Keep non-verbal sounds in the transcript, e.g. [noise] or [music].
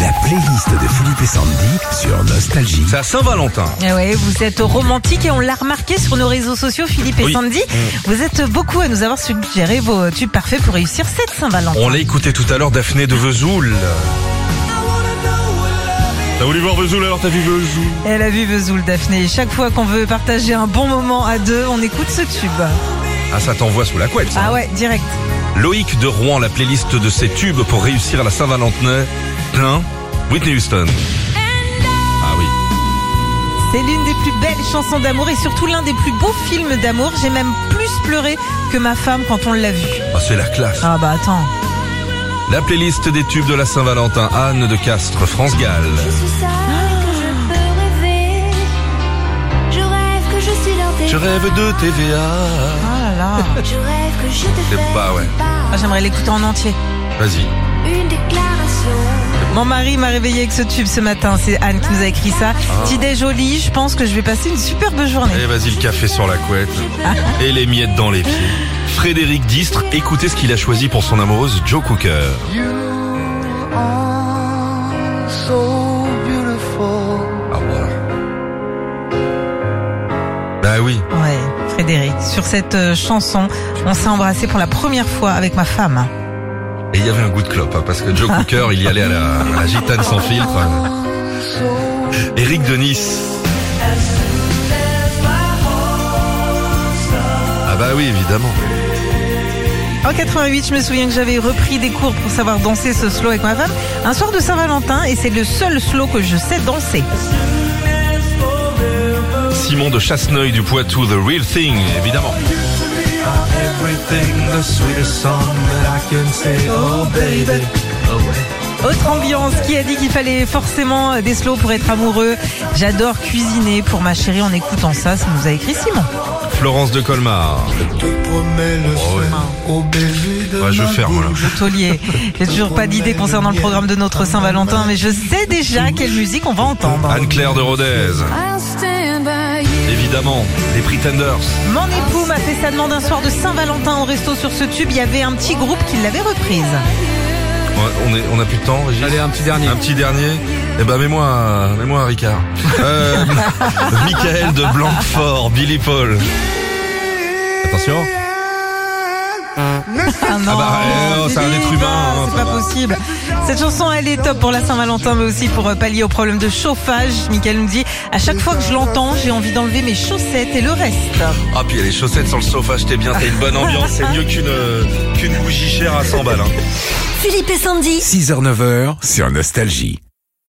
La playlist de Philippe et Sandy sur Nostalgie. C'est à Saint-Valentin. Eh oui, vous êtes romantique et on l'a remarqué sur nos réseaux sociaux, Philippe et Oui. Sandy. Vous êtes beaucoup à nous avoir suggéré vos tubes parfaits pour réussir cette Saint-Valentin. On l'a écouté tout à l'heure, Daphné de Vesoul. T'as voulu voir Vesoul alors t'as vu Vesoul Elle a vu Vesoul, Daphné. Chaque fois qu'on veut partager un bon moment à deux, on écoute ce tube. Ah, ça t'envoie sous la couette. ça. Ah ouais, direct. Loïc de Rouen, la playlist de ses tubes pour réussir la Saint-Valentin. Plein. Whitney Houston. Ah oui. C'est l'une des plus belles chansons d'amour et surtout l'un des plus beaux films d'amour. J'ai même plus pleuré que ma femme quand on l'a vu. Ah, c'est la classe. Ah bah attends. La playlist des tubes de la Saint-Valentin. Anne de Castres, France Gall. Je suis ça que je Ah. peux rêver. Je rêve que je suis dans tes Je rêve de Ah TVA. là là. Je rêve que je te Je sais fais pas, ouais. Ah, J'aimerais l'écouter en entier. Vas-y. une déclaration. Mon mari m'a réveillé avec ce tube ce matin. C'est Anne qui nous a écrit ça. Petite idée jolie, je pense que je vais passer une superbe journée. Et Eh, vas-y, le café sur la couette. [laughs] Et les miettes dans les pieds. Frédéric Distre, écoutez ce qu'il a choisi pour son amoureuse Joe Cooker. Ah voilà. Bah oui. Ouais, Frédéric, sur cette euh, chanson, on s'est embrassé pour la première fois avec ma femme. Et il y avait un goût de clope, hein, parce que Joe Cooker, il y allait à la, à la gitane sans filtre. hein. Eric de Nice. Ah bah oui, évidemment. En 88, je me souviens que j'avais repris des cours pour savoir danser ce slow avec ma femme. Un soir de Saint-Valentin, et c'est le seul slow que je sais danser. Simon de Chasseneuil du Poitou, The Real Thing, évidemment. Autre ambiance, qui a dit qu'il fallait forcément euh, des slows pour être amoureux J'adore cuisiner pour ma chérie en écoutant ça, ça nous a écrit Simon. Florence de Colmar. Oh, ouais. Ouais, je vais faire, moi, là. Taulier, j'ai toujours pas d'idée concernant le programme de notre Saint-Valentin, mais je sais déjà quelle musique on va entendre. Anne-Claire de Rodez. Évidemment, les Pretenders. Mon époux m'a fait sa demande un soir de Saint-Valentin au resto sur ce tube. Il y avait un petit groupe qui l'avait reprise. Ouais, On, est, on a plus de temps, Régis Allez, un petit dernier. Un petit dernier. Eh ben, mets-moi un, mets-moi un Ricard. [laughs] Euh, Michael de Blanquefort, Billy Paul. Attention. Ah non, bah, eh, oh, c'est un être humain, hein, c'est pas possible. Cette chanson, elle est top pour la Saint-Valentin, mais aussi pour euh, pallier au problème de chauffage. Michael nous dit à chaque fois que je l'entends, j'ai envie d'enlever mes chaussettes et le reste. Ah, puis il y a les chaussettes sur le sofa, j'étais bien, t'as une bonne ambiance. C'est mieux qu'une, euh, qu'une bougie chère à 100 balles. hein. Philippe et Sandy. 6h-9h sur Nostalgie.